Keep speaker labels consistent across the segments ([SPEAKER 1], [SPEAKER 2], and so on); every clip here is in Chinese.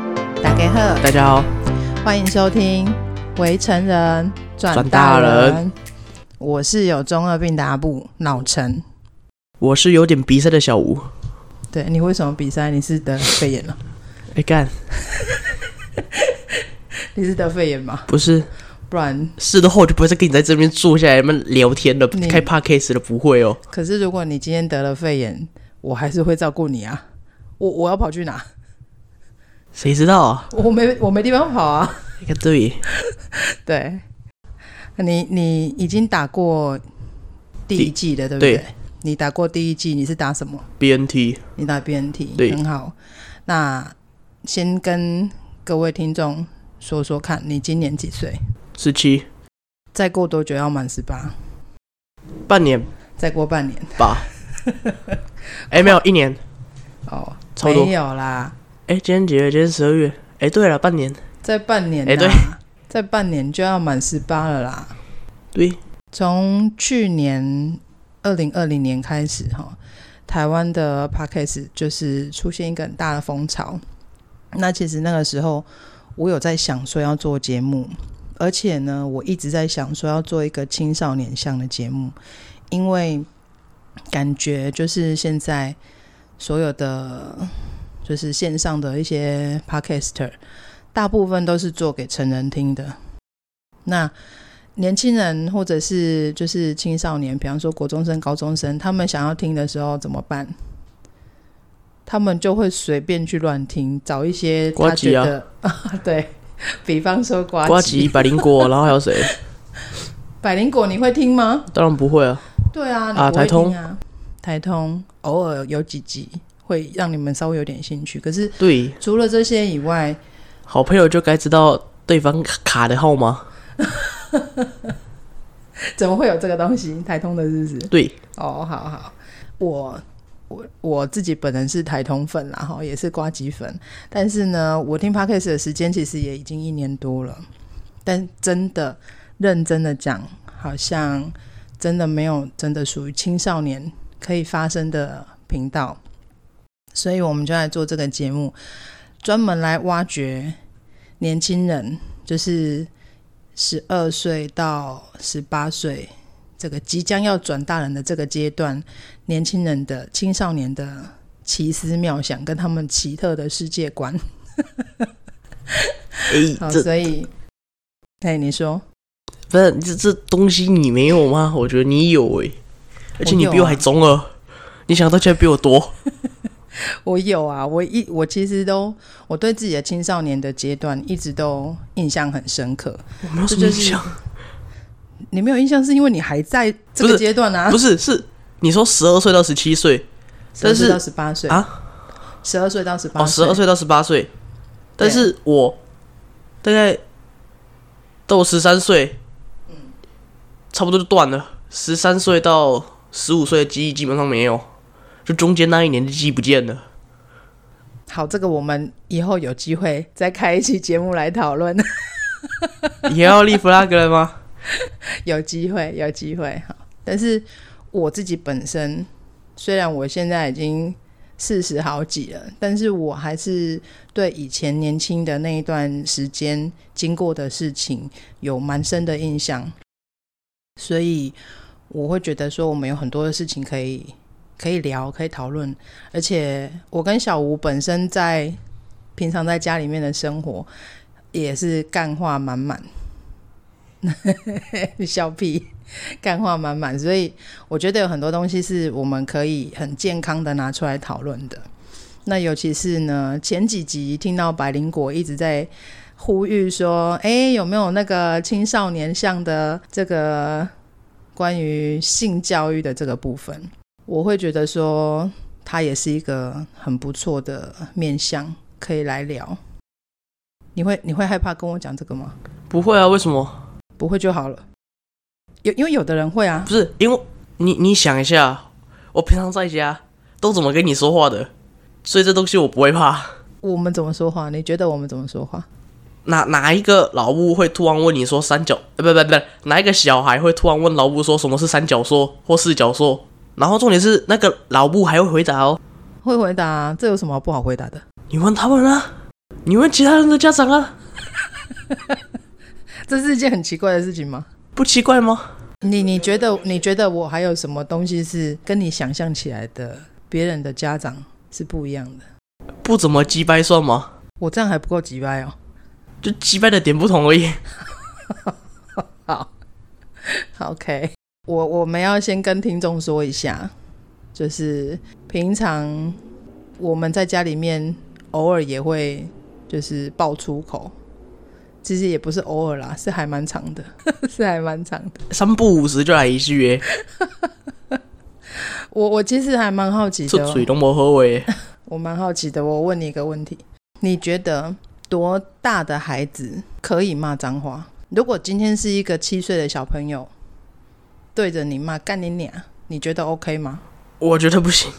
[SPEAKER 1] 赫，
[SPEAKER 2] 大家好，
[SPEAKER 1] 欢迎收听《围城人转
[SPEAKER 2] 转
[SPEAKER 1] 大
[SPEAKER 2] 大
[SPEAKER 1] 人》
[SPEAKER 2] 人
[SPEAKER 1] 我是有中二病的阿布老陈。
[SPEAKER 2] 我是有点鼻塞的小吴。
[SPEAKER 1] 对你为什么比赛？你是得肺炎啊了？
[SPEAKER 2] 哎干，
[SPEAKER 1] 你是得肺炎吗？
[SPEAKER 2] 不是
[SPEAKER 1] 不然，
[SPEAKER 2] 是的话，我就不会再跟你在这边坐下来那么聊天了
[SPEAKER 1] 你，
[SPEAKER 2] 开 podcast 了，不会哦。
[SPEAKER 1] 可是如果你今天得了肺炎，我还是会照顾你啊。我我要跑去哪？
[SPEAKER 2] 谁知道啊？
[SPEAKER 1] 我没我没地方跑 啊。
[SPEAKER 2] 你看对耶，
[SPEAKER 1] 对，你你已经打过第一季了，对不对？
[SPEAKER 2] 对
[SPEAKER 1] 你打过第一季，你是打什么？
[SPEAKER 2] BNT
[SPEAKER 1] 你打 BNT，
[SPEAKER 2] 对
[SPEAKER 1] 很好。那先跟各位听众说说看，你今年几岁？
[SPEAKER 2] 十七
[SPEAKER 1] 再过多久要满十八？
[SPEAKER 2] 半年
[SPEAKER 1] 再过半年
[SPEAKER 2] 吧。 哎，没有一年。
[SPEAKER 1] 哦，
[SPEAKER 2] 差不多
[SPEAKER 1] 没有啦，
[SPEAKER 2] 哎，今天几月？今天十二月。哎，对了，半年。
[SPEAKER 1] 在半年啦，
[SPEAKER 2] 哎对
[SPEAKER 1] 在半年就要满十八了啦。
[SPEAKER 2] 对，
[SPEAKER 1] 从去年二零二零年开始，哈，台湾的 p a c k a g e 就是出现一个很大的风潮。那其实那个时候，我有在想说要做节目，而且呢，我一直在想说要做一个青少年向的节目，因为感觉就是现在所有的就是线上的一些 podcaster，大部分都是做给成人听的。那年轻人或者是就是青少年，比方说国中生、高中生，他们想要听的时候怎么办？他们就会随便去乱听，找一些他
[SPEAKER 2] 呱
[SPEAKER 1] 觉
[SPEAKER 2] 吉啊
[SPEAKER 1] 得啊，对比方说瓜
[SPEAKER 2] 瓜吉、百灵 果，然后还有谁？
[SPEAKER 1] 百灵果，你会听吗？
[SPEAKER 2] 当然不会啊。
[SPEAKER 1] 对啊，你
[SPEAKER 2] 啊
[SPEAKER 1] 不会
[SPEAKER 2] 台通
[SPEAKER 1] 听啊，台通偶尔有几集会让你们稍微有点兴趣，可是
[SPEAKER 2] 对，
[SPEAKER 1] 除了这些以外，
[SPEAKER 2] 好朋友就该知道对方卡的号码。
[SPEAKER 1] 怎么会有这个东西？台通的日子
[SPEAKER 2] 对，
[SPEAKER 1] 哦，好好，我我我自己本人是台通粉啦，哈，也是瓜吉粉，但是呢，我听 podcast 的时间其实也已经一年多了，但真的认真的讲，好像真的没有真的属于青少年可以发声的频道，所以我们就来做这个节目，专门来挖掘年轻人，就是十二岁到十八岁这个即将要转大人的这个阶段，年轻人的青少年的奇思妙想跟他们奇特的世界观。
[SPEAKER 2] 哎，
[SPEAKER 1] 好，
[SPEAKER 2] 这
[SPEAKER 1] 所以，哎，你说，
[SPEAKER 2] 不是这这东西你没有吗？我觉得你有哎、而且
[SPEAKER 1] 我
[SPEAKER 2] 你
[SPEAKER 1] 有啊
[SPEAKER 2] 比我还中二，你想到竟然比我多。
[SPEAKER 1] 我有啊，我一我其实都我对自己的青少年的阶段一直都印象很深刻。
[SPEAKER 2] 我没有
[SPEAKER 1] 这
[SPEAKER 2] 什么
[SPEAKER 1] 就
[SPEAKER 2] 印
[SPEAKER 1] 是
[SPEAKER 2] 象，
[SPEAKER 1] 你没有印象是因为你还在这
[SPEAKER 2] 不
[SPEAKER 1] 个
[SPEAKER 2] 是
[SPEAKER 1] 阶段啊，
[SPEAKER 2] 不是是你说十二岁到十七岁但
[SPEAKER 1] 12岁
[SPEAKER 2] 是
[SPEAKER 1] 到十八岁
[SPEAKER 2] 啊，
[SPEAKER 1] 十二岁到十八
[SPEAKER 2] 哦，十二，岁到十八岁，但
[SPEAKER 1] 对
[SPEAKER 2] 是我大概到十三岁，
[SPEAKER 1] 嗯
[SPEAKER 2] 差不多就断了。十三岁到十五岁的记忆基本上没有，就中间那一年的记忆不见了。
[SPEAKER 1] 好，这个我们以后有机会再开一期节目来讨论。
[SPEAKER 2] 也要立 flag 了吗？
[SPEAKER 1] 有机会，有机会哈。但是我自己本身，虽然我现在已经四十好几了，但是我还是对以前年轻的那一段时间经过的事情有蛮深的印象，所以我会觉得说，我们有很多的事情可以可以聊，可以讨论。而且我跟小吴本身在平常在家里面的生活也是干话满满。 笑屁，干话满满，所以我觉得有很多东西是我们可以很健康的拿出来讨论的。那尤其是呢，前几集听到百灵果一直在呼吁说，哎，有没有那个青少年向的这个关于性教育的这个部分，我会觉得说，它也是一个很不错的面向，可以来聊。你会你会害怕跟我讲这个吗？
[SPEAKER 2] 不会啊，为什么？
[SPEAKER 1] 不会就好了。有因为有的人会啊，
[SPEAKER 2] 不是因为你你想一下，我平常在家都怎么跟你说话的，所以这东西我不会怕。
[SPEAKER 1] 我们怎么说话？你觉得我们怎么说话？
[SPEAKER 2] 哪哪一个老吴会突然问你说三角？呃，不不不，哪一个小孩会突然问老吴说什么是三角说或四角说？然后重点是那个老吴还会回答哦，
[SPEAKER 1] 会回答、这有什么不好回答的？
[SPEAKER 2] 你问他们啊，你问其他人的家长啊，
[SPEAKER 1] 这是一件很奇怪的事情吗？
[SPEAKER 2] 不奇怪吗？
[SPEAKER 1] 你你觉得你觉得我还有什么东西是跟你想象起来的别人的家长是不一样的？
[SPEAKER 2] 不怎么鸡掰算吗？
[SPEAKER 1] 我这样还不够急掰哦。
[SPEAKER 2] 就鸡掰的点不同而已。
[SPEAKER 1] 好，OK，我我们要先跟听众说一下，就是平常我们在家里面偶尔也会就是爆粗口，其实也不是偶尔啦，是还蛮长的， 是还蛮长的。
[SPEAKER 2] 三不五时就来一句耶，
[SPEAKER 1] 我我其实还蛮好奇
[SPEAKER 2] 这
[SPEAKER 1] 的哦，
[SPEAKER 2] 嘴都没喝喂。
[SPEAKER 1] 我蛮好奇的。我问你一个问题，你觉得多大的孩子可以骂脏话？如果今天是一个七岁的小朋友对着你骂“干你娘”，你觉得 OK 吗？
[SPEAKER 2] 我觉得不行，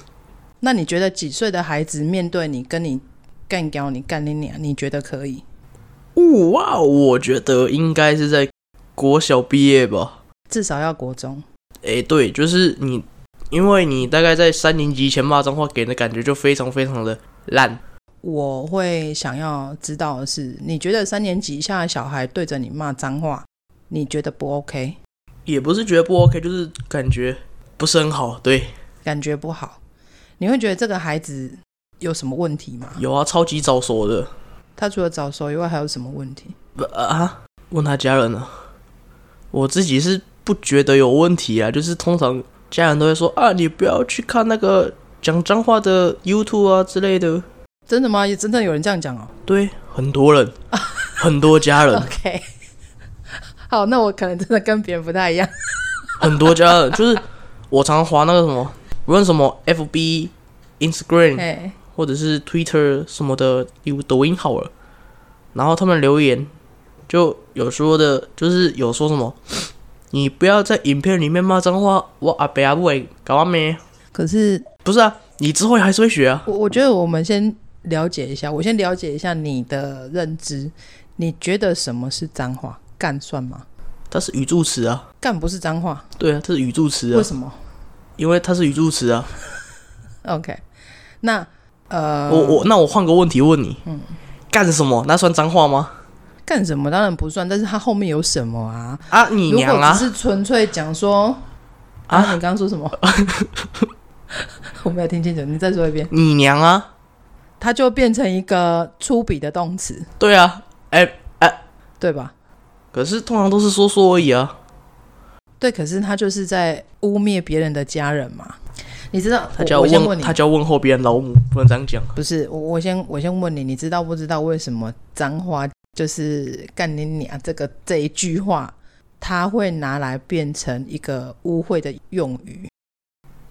[SPEAKER 1] 那你觉得几岁的孩子面对你跟你干掉你干你娘，你觉得可以？
[SPEAKER 2] 哦哇，我觉得应该是在国小毕业吧。
[SPEAKER 1] 至少要国中，
[SPEAKER 2] 诶，对，就是你，因为你大概在三年级前骂脏话，给人的感觉就非常非常的烂。
[SPEAKER 1] 我会想要知道的是，你觉得三年级以下的小孩对着你骂脏话，你觉得不 OK，
[SPEAKER 2] 也不是觉得不 OK，就是感觉不是很好。对，
[SPEAKER 1] 感觉不好，你会觉得这个孩子有什么问题吗？
[SPEAKER 2] 有啊，超级早熟的。
[SPEAKER 1] 他除了早熟以外，还有什么问题？
[SPEAKER 2] 不啊？问他家人啊。我自己是不觉得有问题啊，就是通常家人都会说啊，你不要去看那个讲脏话的 YouTube 啊之类的。
[SPEAKER 1] 真的吗？也真的有人这样讲哦。
[SPEAKER 2] 对，很多人，很多家人，
[SPEAKER 1] OK，好，那我可能真的跟别人不太一样。
[SPEAKER 2] 很多家人，就是我常常滑那个什么，无论什么 FB、Instagram
[SPEAKER 1] 哎，
[SPEAKER 2] 或者是 Twitter 什么的，有抖音好了，然后他们留言就有说的，就是有说什么，你不要在影片里面骂脏话，我阿伯阿母会搞咩？
[SPEAKER 1] 可是
[SPEAKER 2] 不是啊，你之后还是会学啊。
[SPEAKER 1] 我我觉得我们先了解一下，我先了解一下你的认知，你觉得什么是脏话？干算吗？
[SPEAKER 2] 它是语助词啊，
[SPEAKER 1] 干不是脏话，
[SPEAKER 2] 对啊，它是语助词
[SPEAKER 1] 为
[SPEAKER 2] 啊，
[SPEAKER 1] 什么
[SPEAKER 2] 因为它是语助词啊。
[SPEAKER 1] ？OK，那呃，
[SPEAKER 2] 我我那我换个问题问你，
[SPEAKER 1] 嗯
[SPEAKER 2] 干什么？那算脏话吗？
[SPEAKER 1] 干什么当然不算，但是它后面有什么啊？
[SPEAKER 2] 啊，你
[SPEAKER 1] 如
[SPEAKER 2] 娘
[SPEAKER 1] 果
[SPEAKER 2] 啊
[SPEAKER 1] 只！是纯粹讲说啊，
[SPEAKER 2] 啊
[SPEAKER 1] 你刚刚说什么？ 我没有听清楚，你再说一遍，
[SPEAKER 2] 你娘啊！
[SPEAKER 1] 它就变成一个粗鄙的动词，
[SPEAKER 2] 对啊，哎、
[SPEAKER 1] 对吧？
[SPEAKER 2] 可是通常都是说说而已啊。
[SPEAKER 1] 对，可是他就是在污蔑别人的家人嘛。你知道，
[SPEAKER 2] 他
[SPEAKER 1] 我
[SPEAKER 2] 就要
[SPEAKER 1] 我先问你，
[SPEAKER 2] 他就要问候别人老母，不能这样讲。
[SPEAKER 1] 不是我，我先我先问你，你知道不知道为什么脏话就是“干你娘”这个这一句话，它会拿来变成一个污秽的用语？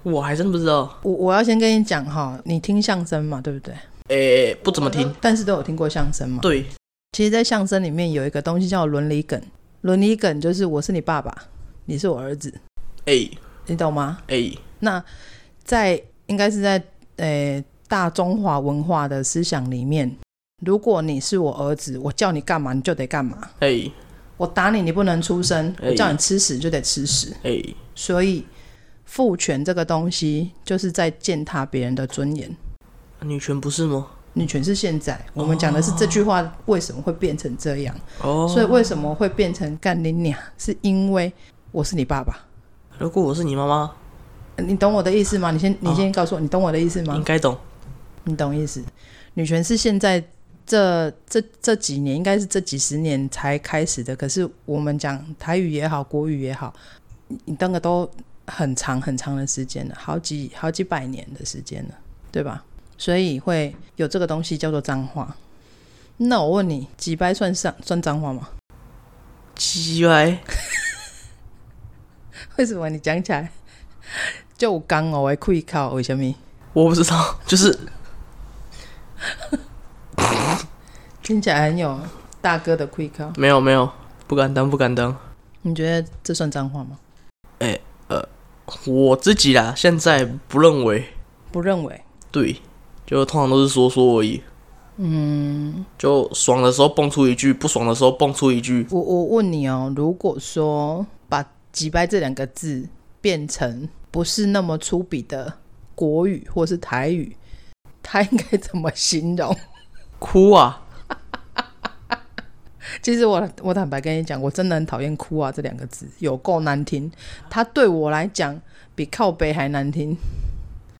[SPEAKER 2] 我还真不知道，
[SPEAKER 1] 我我要先跟你讲哈，你听相声嘛，对不对？
[SPEAKER 2] 哎、不怎么听。
[SPEAKER 1] 但是都有听过相声嘛。
[SPEAKER 2] 对，
[SPEAKER 1] 其实，在相声里面有一个东西叫伦理梗，伦理梗就是我是你爸爸，你是我儿子，
[SPEAKER 2] 哎、
[SPEAKER 1] 你懂吗？
[SPEAKER 2] 哎、
[SPEAKER 1] 那在应该是在呃大中华文化的思想里面，如果你是我儿子，我叫你干嘛你就得干嘛，
[SPEAKER 2] 哎、
[SPEAKER 1] 我打你你不能出声，
[SPEAKER 2] 哎
[SPEAKER 1] 我叫你吃屎你就得吃屎。
[SPEAKER 2] 哎、
[SPEAKER 1] 所以父权这个东西就是在践踏别人的尊严。
[SPEAKER 2] 女权不是吗？
[SPEAKER 1] 女权是现在我们讲的是这句话为什么会变成这样，
[SPEAKER 2] 哦，
[SPEAKER 1] 所以为什么会变成干你娘，是因为我是你爸爸。
[SPEAKER 2] 如果我是你妈妈，
[SPEAKER 1] 你懂我的意思吗？你先，你先告诉我，你懂我的意思吗
[SPEAKER 2] 应？该懂。
[SPEAKER 1] 你懂意思？女权是现在这这这几年，应该是这几十年才开始的。可是我们讲台语也好，国语也好，你你那个都很长很长的时间了，好几好几百年的时间了，对吧？所以会有这个东西叫做脏话。那我问你，几掰算上算脏话吗？
[SPEAKER 2] 鸡歪，
[SPEAKER 1] 为什么你讲起来 就有刚哦，会愧靠为什么？
[SPEAKER 2] 我不知道，就是
[SPEAKER 1] 听起来很有大哥的愧靠，
[SPEAKER 2] 没有没有，不敢当不敢当。
[SPEAKER 1] 你觉得这算脏话吗？
[SPEAKER 2] 我自己啦，现在不认为，
[SPEAKER 1] 不认为。
[SPEAKER 2] 对，就通常都是说说而已。嗯，就爽的时候蹦出一句，不爽的时候蹦出一句。
[SPEAKER 1] 我我问你哦，如果说把“击败”这两个字变成不是那么粗鄙的国语或是台语，它应该怎么形容？
[SPEAKER 2] 哭啊！
[SPEAKER 1] 其实我我坦白跟你讲，我真的很讨厌“哭啊”这两个字，有够难听。它对我来讲比靠背还难听，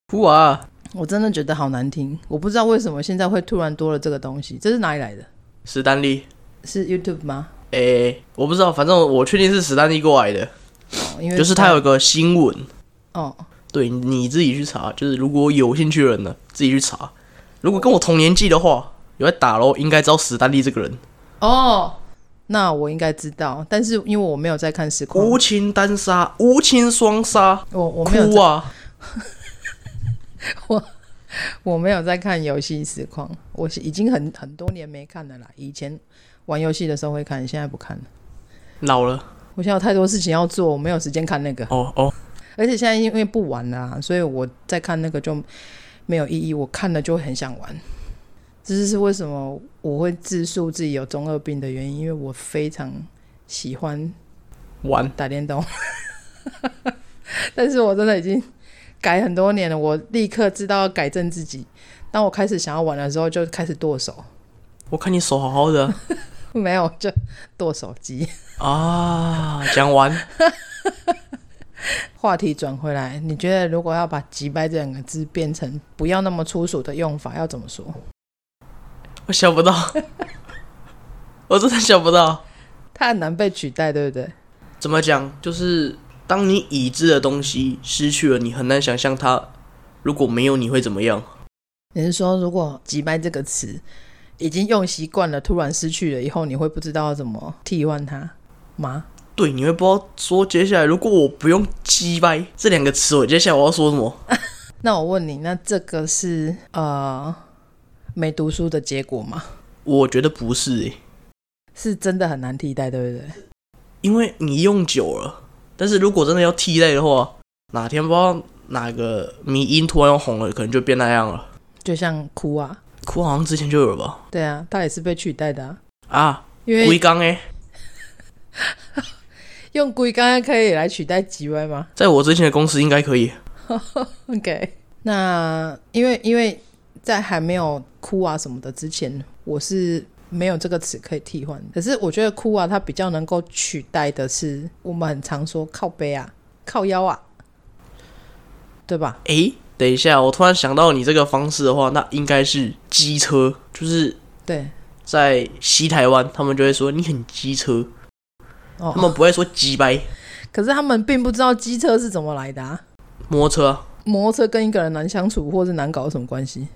[SPEAKER 2] 哭啊，
[SPEAKER 1] 我真的觉得好难听。我不知道为什么现在会突然多了这个东西，这是哪里来的？
[SPEAKER 2] 史丹利，
[SPEAKER 1] 是 YouTube 吗？
[SPEAKER 2] 诶、我不知道，反正我确定是史丹利过来的，
[SPEAKER 1] 哦、因为
[SPEAKER 2] 就是他有个新闻，
[SPEAKER 1] 哦，
[SPEAKER 2] 对，你自己去查，就是如果有兴趣的人呢，自己去查。如果跟我同年纪的话，有在打咯，应该知道史丹利这个人，
[SPEAKER 1] 哦，那我应该知道，但是因为我没有在看实况，
[SPEAKER 2] 无情单杀，无情双杀，
[SPEAKER 1] 我哦我没有
[SPEAKER 2] 哭
[SPEAKER 1] 在
[SPEAKER 2] 啊，
[SPEAKER 1] 我没有在看游戏实况，我是已经很很多年没看了啦。以前玩游戏的时候会看，现在不看了。
[SPEAKER 2] 老了，
[SPEAKER 1] 我现在有太多事情要做，我没有时间看那个，
[SPEAKER 2] 哦哦，
[SPEAKER 1] 而且现在因为不玩了、啊，所以我在看那个就没有意义，我看了就很想玩。这就是为什么我会自述自己有中二病的原因，因为我非常喜欢
[SPEAKER 2] 玩，
[SPEAKER 1] 打电动， 但是我真的已经改很多年了，我立刻知道要改正自己。当我开始想要玩的时候，就开始剁手，
[SPEAKER 2] 我看你手好好的
[SPEAKER 1] 没有就剁手机。
[SPEAKER 2] 啊，讲完，
[SPEAKER 1] 话题转回来，你觉得如果要把“击败”这两个字变成不要那么粗俗的用法，要怎么说？
[SPEAKER 2] 我想 不到，我真的想不到。
[SPEAKER 1] 它很难被取代，对不对？
[SPEAKER 2] 怎么讲？就是当你已知的东西失去了，你很难想象它如果没有你会怎么样。
[SPEAKER 1] 你是说，如果“击败”这个词已经用习惯了，突然失去了以后，你会不知道要怎么替换它吗？
[SPEAKER 2] 对，你会不知道说接下来如果我不用“鸡掰”这两个词，我接下来我要说什么？
[SPEAKER 1] 那我问你，那这个是呃没读书的结果吗？
[SPEAKER 2] 我觉得不是欸诶、
[SPEAKER 1] 是真的很难替代，对不对？
[SPEAKER 2] 因为你用久了。但是如果真的要替代的话，哪天不知道哪个迷音突然又红了，可能就变那样了。
[SPEAKER 1] 就像哭啊，
[SPEAKER 2] 哭好像之前就有了吧？
[SPEAKER 1] 对啊，它也是被取代的、啊，
[SPEAKER 2] 啊，
[SPEAKER 1] 因
[SPEAKER 2] 龟
[SPEAKER 1] 为
[SPEAKER 2] 缸诶，
[SPEAKER 1] 用龟刚刚可以来取代 GY 吗
[SPEAKER 2] 在我之前的公司应该可以。
[SPEAKER 1] ？OK，那因为因为在还没有哭啊什么的之前，我是没有这个词可以替换的。可是我觉得哭啊，它比较能够取代的是我们很常说靠背啊、靠腰啊，对吧？
[SPEAKER 2] 诶，等一下，我突然想到你这个方式的话，那应该是机车，就是
[SPEAKER 1] 对，
[SPEAKER 2] 在西台湾，他们就会说你很机车，
[SPEAKER 1] 哦
[SPEAKER 2] 他，们不会说鸡掰
[SPEAKER 1] 可是他们并不知道机车是怎么来的、啊，
[SPEAKER 2] 摩托车、啊，
[SPEAKER 1] 摩托车跟一个人难相处或是难搞有什么关系？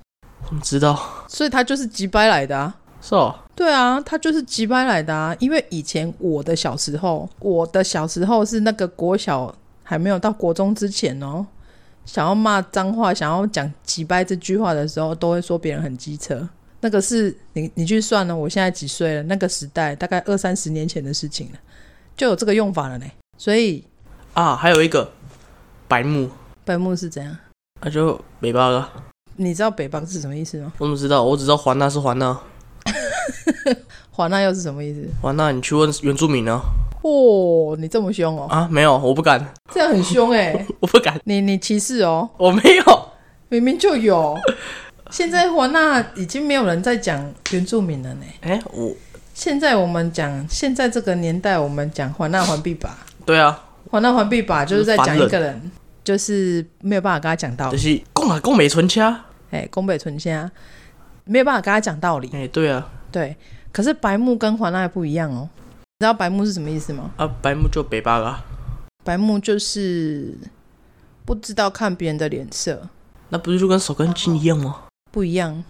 [SPEAKER 2] 我们知道
[SPEAKER 1] 所以他就是急掰来的啊。
[SPEAKER 2] 是哦，
[SPEAKER 1] 对啊，他就是急掰来的啊。因为以前我的小时候，我的小时候是那个国小还没有到国中之前哦，想要骂脏话、想要讲急掰这句话的时候，都会说别人很机车。那个是你你去算了，哦我现在几岁了？那个时代大概二三十年前的事情了，就有这个用法了呢。所以
[SPEAKER 2] 啊，还有一个白目，
[SPEAKER 1] 本木是怎样？
[SPEAKER 2] 那、就没办法，
[SPEAKER 1] 你知道北棒是什么意思吗？
[SPEAKER 2] 我怎么知道？我只知道环啊那是环那，
[SPEAKER 1] 华纳又是什么意思？
[SPEAKER 2] 环那你去问原住民呢？
[SPEAKER 1] 哦，你这么凶哦，
[SPEAKER 2] 啊，没有，我不敢，
[SPEAKER 1] 这样很凶哎、
[SPEAKER 2] 我不敢，
[SPEAKER 1] 你你歧视哦，
[SPEAKER 2] 我没有，
[SPEAKER 1] 明明就有。现在华纳已经没有人在讲原住民了呢。
[SPEAKER 2] 哎、我，
[SPEAKER 1] 现在我们讲，现在这个年代，我们讲环纳环必吧，
[SPEAKER 2] 对啊，
[SPEAKER 1] 环纳环必吧，就是在讲
[SPEAKER 2] 就是
[SPEAKER 1] 一
[SPEAKER 2] 凡
[SPEAKER 1] 个人，就是没有办法跟他讲道
[SPEAKER 2] 就
[SPEAKER 1] 理。
[SPEAKER 2] 是共啊共美存家，
[SPEAKER 1] 哎，宫北纯虾没有办法跟他讲道理。
[SPEAKER 2] 哎、对啊，
[SPEAKER 1] 对，可是白木跟环纳不一样哦。你知道白木是什么意思吗？
[SPEAKER 2] 啊白目就北巴啦，
[SPEAKER 1] 白目就是不知道看别人的脸色，
[SPEAKER 2] 那不是就跟手跟筋一样吗？
[SPEAKER 1] 不一样。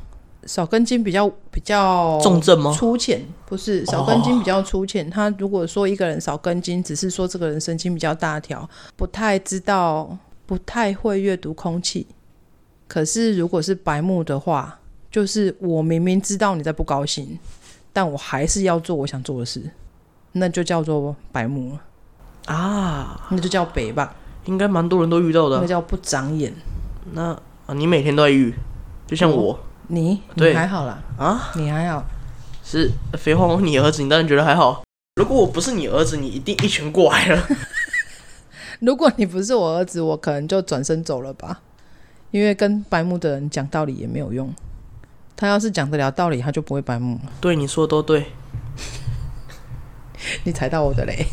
[SPEAKER 1] 少根筋比较比较
[SPEAKER 2] 重症吗？
[SPEAKER 1] 粗浅，不是少根筋比较粗浅。他如果说一个人少根筋，只是说这个人神经比较大条，不太知道，不太会阅读空气。可是如果是白目的话，就是我明明知道你在不高兴，但我还是要做我想做的事，那就叫做白目了，
[SPEAKER 2] 啊，
[SPEAKER 1] 那就叫北吧，
[SPEAKER 2] 应该蛮多人都遇到的
[SPEAKER 1] 那
[SPEAKER 2] 啊。
[SPEAKER 1] 叫不长眼。
[SPEAKER 2] 那啊，你每天都在遇，就像我、
[SPEAKER 1] 你你
[SPEAKER 2] 对
[SPEAKER 1] 还好啦，
[SPEAKER 2] 啊，
[SPEAKER 1] 你还好，
[SPEAKER 2] 是肥话，我你儿子，你当然觉得还好。如果我不是你儿子，你一定一拳过来了。
[SPEAKER 1] 如果你不是我儿子，我可能就转身走了吧，因为跟白目的人讲道理也没有用。他要是讲得了道理，他就不会白目了。
[SPEAKER 2] 对，你说的都对。
[SPEAKER 1] 你踩到我的 雷。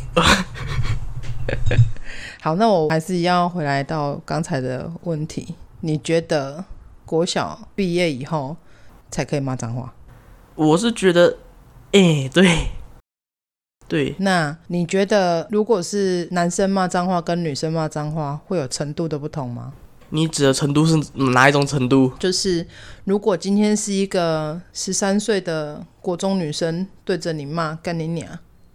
[SPEAKER 1] 好，那我还是一样回来到刚才的问题。你觉得国小毕业以后才可以骂脏话？
[SPEAKER 2] 我是觉得，哎、对，对，
[SPEAKER 1] 那你觉得如果是男生骂脏话跟女生骂脏话会有程度的不同吗？
[SPEAKER 2] 你指的程度是哪一种程度？
[SPEAKER 1] 就是如果今天是一个十三岁的国中女生对着你骂“干你娘”，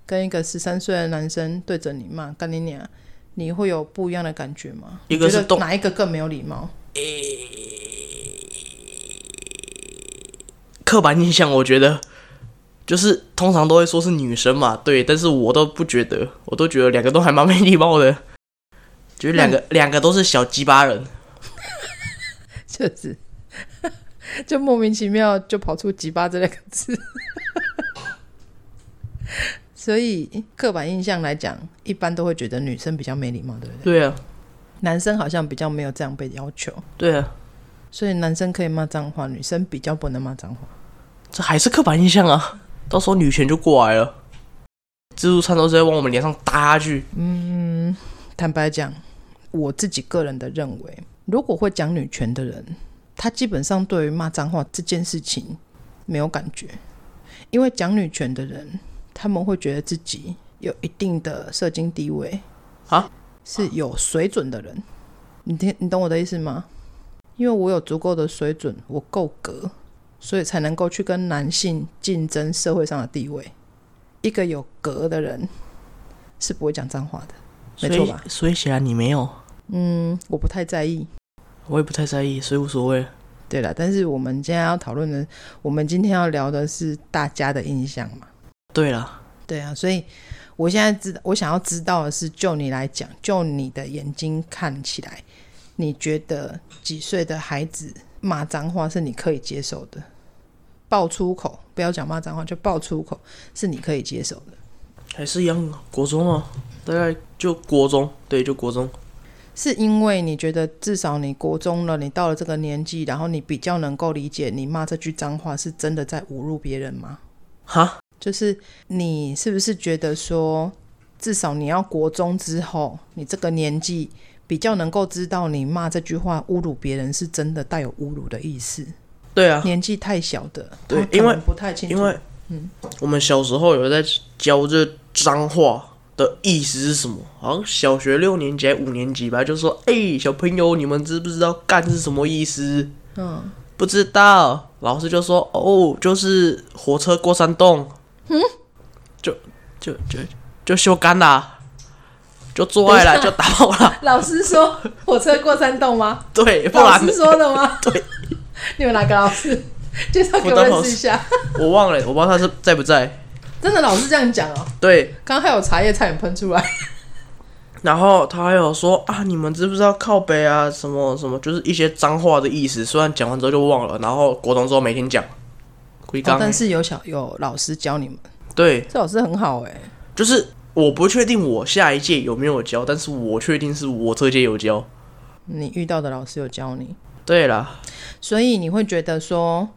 [SPEAKER 1] 跟一个十三岁的男生对着你骂“干你娘”，你会有不一样的感觉吗？
[SPEAKER 2] 一个是
[SPEAKER 1] 你觉得
[SPEAKER 2] 动
[SPEAKER 1] 哪一个更没有礼貌？
[SPEAKER 2] 刻板印象，我觉得就是通常都会说是女生嘛，对，但是我都不觉得，我都觉得两个都还蛮没礼貌的，觉得两个两个都是小鸡巴人，
[SPEAKER 1] 就是 就莫名其妙就跑出“鸡巴”这两个字。 所以刻板印象来讲，一般都会觉得女生比较没礼貌，对不对？
[SPEAKER 2] 对啊，
[SPEAKER 1] 男生好像比较没有这样被要求，
[SPEAKER 2] 对啊，
[SPEAKER 1] 所以男生可以骂脏话，女生比较不能骂脏话。
[SPEAKER 2] 这还是刻板印象啊，到时候女权就过来了，自助餐都是在往我们脸上搭下去，
[SPEAKER 1] Mm-hmm. 坦白讲，我自己个人的认为，如果会讲女权的人，他基本上对于骂脏话这件事情没有感觉，因为讲女权的人，他们会觉得自己有一定的社经地位
[SPEAKER 2] 啊，
[SPEAKER 1] 是有水准的人。你听，你懂我的意思吗？因为我有足够的水准，我够格，所以才能够去跟男性竞争社会上的地位。一个有格的人是不会讲脏话的。没错吧
[SPEAKER 2] 所以所以显然你没有，
[SPEAKER 1] 嗯，我不太在意。
[SPEAKER 2] 我也不太在意，所以无所谓。
[SPEAKER 1] 对了，但是我们今天要讨论的，我们今天要聊的是大家的印象嘛？
[SPEAKER 2] 对了，
[SPEAKER 1] 对啊，所以我现在知，我想要知道的是，就你来讲，就你的眼睛看起来，你觉得几岁的孩子骂脏话是你可以接受的？爆粗口，不要讲骂脏话，就爆粗口是你可以接受的，
[SPEAKER 2] 还是一样啊，国中啊，大概就国中，对，就国中。
[SPEAKER 1] 是因为你觉得至少你国中了，你到了这个年纪，然后你比较能够理解你骂这句脏话是真的在侮辱别人吗？
[SPEAKER 2] 哈，
[SPEAKER 1] 就是你是不是觉得说，至少你要国中之后，你这个年纪比较能够知道你骂这句话侮辱别人是真的带有侮辱的意 思。
[SPEAKER 2] 对啊，
[SPEAKER 1] 年纪太小的，
[SPEAKER 2] 对
[SPEAKER 1] 他可
[SPEAKER 2] 因为
[SPEAKER 1] 能不太清楚，
[SPEAKER 2] 因为
[SPEAKER 1] 嗯
[SPEAKER 2] 我们小时候有在教这脏话的意思是什么？好像小学六年级、还五年级吧，就说：“哎、小朋友，你们知不知道‘干’是什么意思？”
[SPEAKER 1] 嗯，
[SPEAKER 2] 不知道。老师就说：“哦，就是火车过山洞。”嗯，就就就就修干啦，就做 爱啦，
[SPEAKER 1] 等一下
[SPEAKER 2] 就打炮啦。
[SPEAKER 1] 老师说火车过山洞吗？
[SPEAKER 2] 对， 不
[SPEAKER 1] 老
[SPEAKER 2] 然
[SPEAKER 1] 师说的吗？
[SPEAKER 2] 对，
[SPEAKER 1] 你们哪个老师？介绍给我
[SPEAKER 2] 我当
[SPEAKER 1] 认
[SPEAKER 2] 老
[SPEAKER 1] 识
[SPEAKER 2] 师
[SPEAKER 1] 一下。
[SPEAKER 2] 我忘了，我不知道他是在不在。
[SPEAKER 1] 真的老师这样讲哦，
[SPEAKER 2] 对，
[SPEAKER 1] 刚刚还有茶叶差点喷出来。
[SPEAKER 2] 然后他还有说啊，你们知不知道靠北啊，什么什么，就是一些脏话的意思。虽然讲完之后就忘了，然后国中之后每天讲，龟
[SPEAKER 1] 哦
[SPEAKER 2] 缸、
[SPEAKER 1] 但是有小有老师教你们，
[SPEAKER 2] 对，
[SPEAKER 1] 这老师很好哎、
[SPEAKER 2] 就是我不确定我下一届有没有教，但是我确定是我这届有教。
[SPEAKER 1] 你遇到的老师有教你。
[SPEAKER 2] 对啦，
[SPEAKER 1] 所以你会觉得说，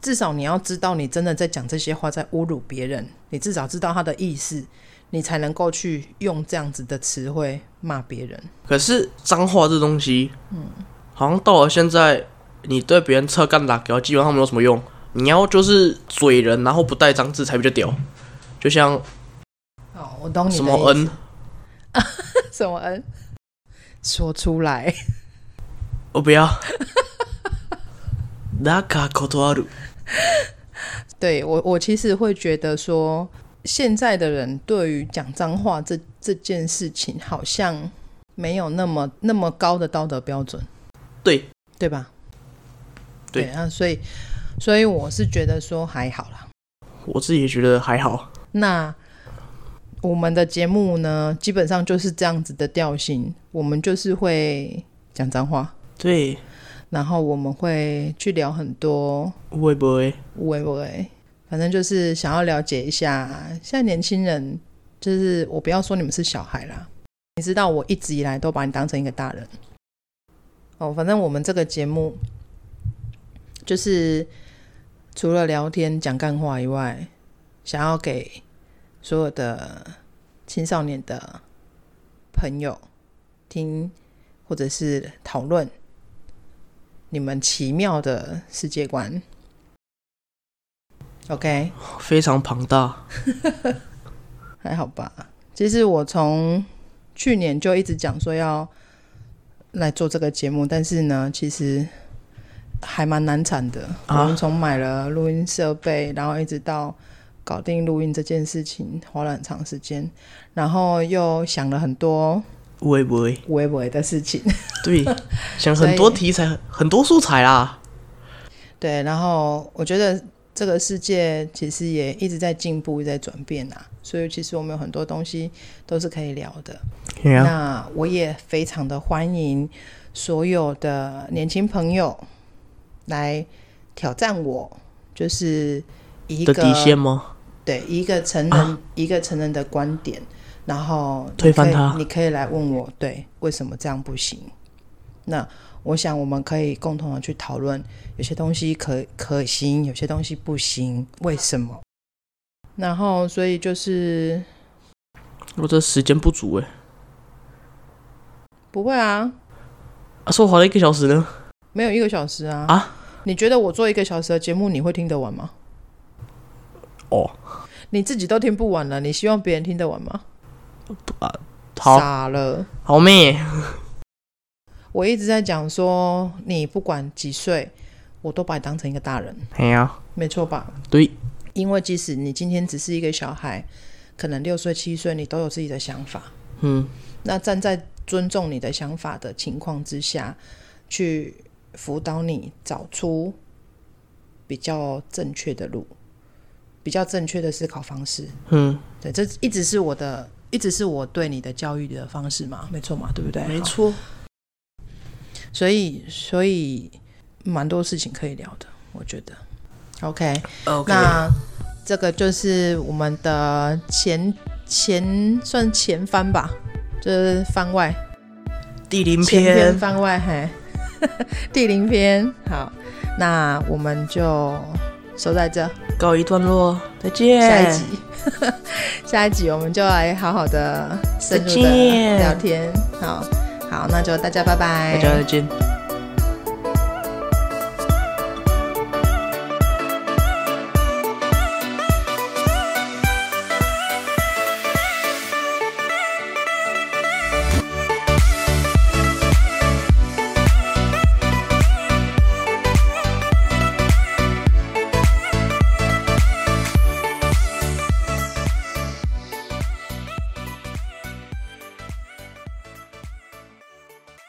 [SPEAKER 1] 至少你要知道你真的在讲这些话在侮辱别人，你至少知道他的意思，你才能够去用这样子的词汇骂别人。
[SPEAKER 2] 可是脏话这东西，嗯，好像到了现在，你对别人侧干打屌，基本上没有什么用。你要就是嘴人，然后不带脏字才比较屌。就像
[SPEAKER 1] 哦，我懂你的
[SPEAKER 2] 什么
[SPEAKER 1] 意思
[SPEAKER 2] 恩，
[SPEAKER 1] 什么恩，说出来。
[SPEAKER 2] 我哦不要。 那卡口托阿鲁。
[SPEAKER 1] 对我，我其实会觉得说，现在的人对于讲脏话这这件事情，好像没有那么那么高的道德标准。
[SPEAKER 2] 对，
[SPEAKER 1] 对吧？
[SPEAKER 2] 对
[SPEAKER 1] 啊，所以所以我是觉得说还好啦。
[SPEAKER 2] 我自己也觉得还好。
[SPEAKER 1] 那我们的节目呢，基本上就是这样子的调性，我们就是会讲脏话，
[SPEAKER 2] 对，
[SPEAKER 1] 然后我们会去聊很多
[SPEAKER 2] 会不会？
[SPEAKER 1] 无为不为，反正就是想要了解一下现在年轻人，就是我不要说你们是小孩啦，你知道我一直以来都把你当成一个大人。哦，反正我们这个节目就是除了聊天讲干话以外，想要给所有的青少年的朋友听，或者是讨论你们奇妙的世界观。OK，
[SPEAKER 2] 非常庞大。
[SPEAKER 1] 还好吧。其实我从去年就一直讲说要来做这个节目，但是呢，其实还蛮难产的。
[SPEAKER 2] 啊
[SPEAKER 1] 我们从买了录音设备，然后一直到搞定录音这件事情，花了很长时间，然后又想了很多
[SPEAKER 2] 喂喂，
[SPEAKER 1] 微微的事情，
[SPEAKER 2] 对，想很多题 材，很多素材啦。
[SPEAKER 1] 对，然后我觉得这个世界其实也一直在进步，一直在转变啊，所以其实我们有很多东西都是可以聊的。
[SPEAKER 2] 对啊，
[SPEAKER 1] 那我也非常的欢迎所有的年轻朋友来挑战我，就是以一
[SPEAKER 2] 的
[SPEAKER 1] 个
[SPEAKER 2] 底线吗？
[SPEAKER 1] 对以一个成人、以一个成人的观点，然后你
[SPEAKER 2] 推翻
[SPEAKER 1] 可以
[SPEAKER 2] 它
[SPEAKER 1] 你可以来问我，对，为什么这样不行？那我想我们可以共同的去讨论，有些东西可可行，有些东西不行，为什么？然后，所以就是
[SPEAKER 2] 我这时间不足哎、
[SPEAKER 1] 不会啊，
[SPEAKER 2] 啊，说划了一个小时呢，
[SPEAKER 1] 没有一个小时啊
[SPEAKER 2] 啊！
[SPEAKER 1] 你觉得我做一个小时的节目，你会听得完吗？
[SPEAKER 2] 哦，
[SPEAKER 1] 你自己都听不完了，你希望别人听得完吗？
[SPEAKER 2] 好
[SPEAKER 1] 傻了！
[SPEAKER 2] 好妹，
[SPEAKER 1] 我一直在讲说，你不管几岁，我都把你当成一个大人，
[SPEAKER 2] 哎呀，
[SPEAKER 1] 没错吧？
[SPEAKER 2] 对，
[SPEAKER 1] 因为即使你今天只是一个小孩，可能六岁、七岁，你都有自己的想法。
[SPEAKER 2] 嗯，
[SPEAKER 1] 那站在尊重你的想法的情况之下，去辅导你找出比较正确的路，比较正确的思考方式。
[SPEAKER 2] 嗯，
[SPEAKER 1] 对，这一直是我的，一直是我对你的教育的方式嘛，没错嘛，对不对？
[SPEAKER 2] 没
[SPEAKER 1] 好。
[SPEAKER 2] 错，
[SPEAKER 1] 所以，所以蛮多事情可以聊的，我觉得。OK，
[SPEAKER 2] 哦 OK，
[SPEAKER 1] 那这个就是我们的前前算前番吧，就是番外
[SPEAKER 2] 第零
[SPEAKER 1] 前篇
[SPEAKER 2] 篇，
[SPEAKER 1] 番外，嘿， 第零篇。好，那我们就收在这，
[SPEAKER 2] 告一段落，再见，
[SPEAKER 1] 下一集， 下一集我们就来好好的深入
[SPEAKER 2] 再
[SPEAKER 1] 的
[SPEAKER 2] 见
[SPEAKER 1] 聊天。好，好，那就大家拜拜，
[SPEAKER 2] 大家再见。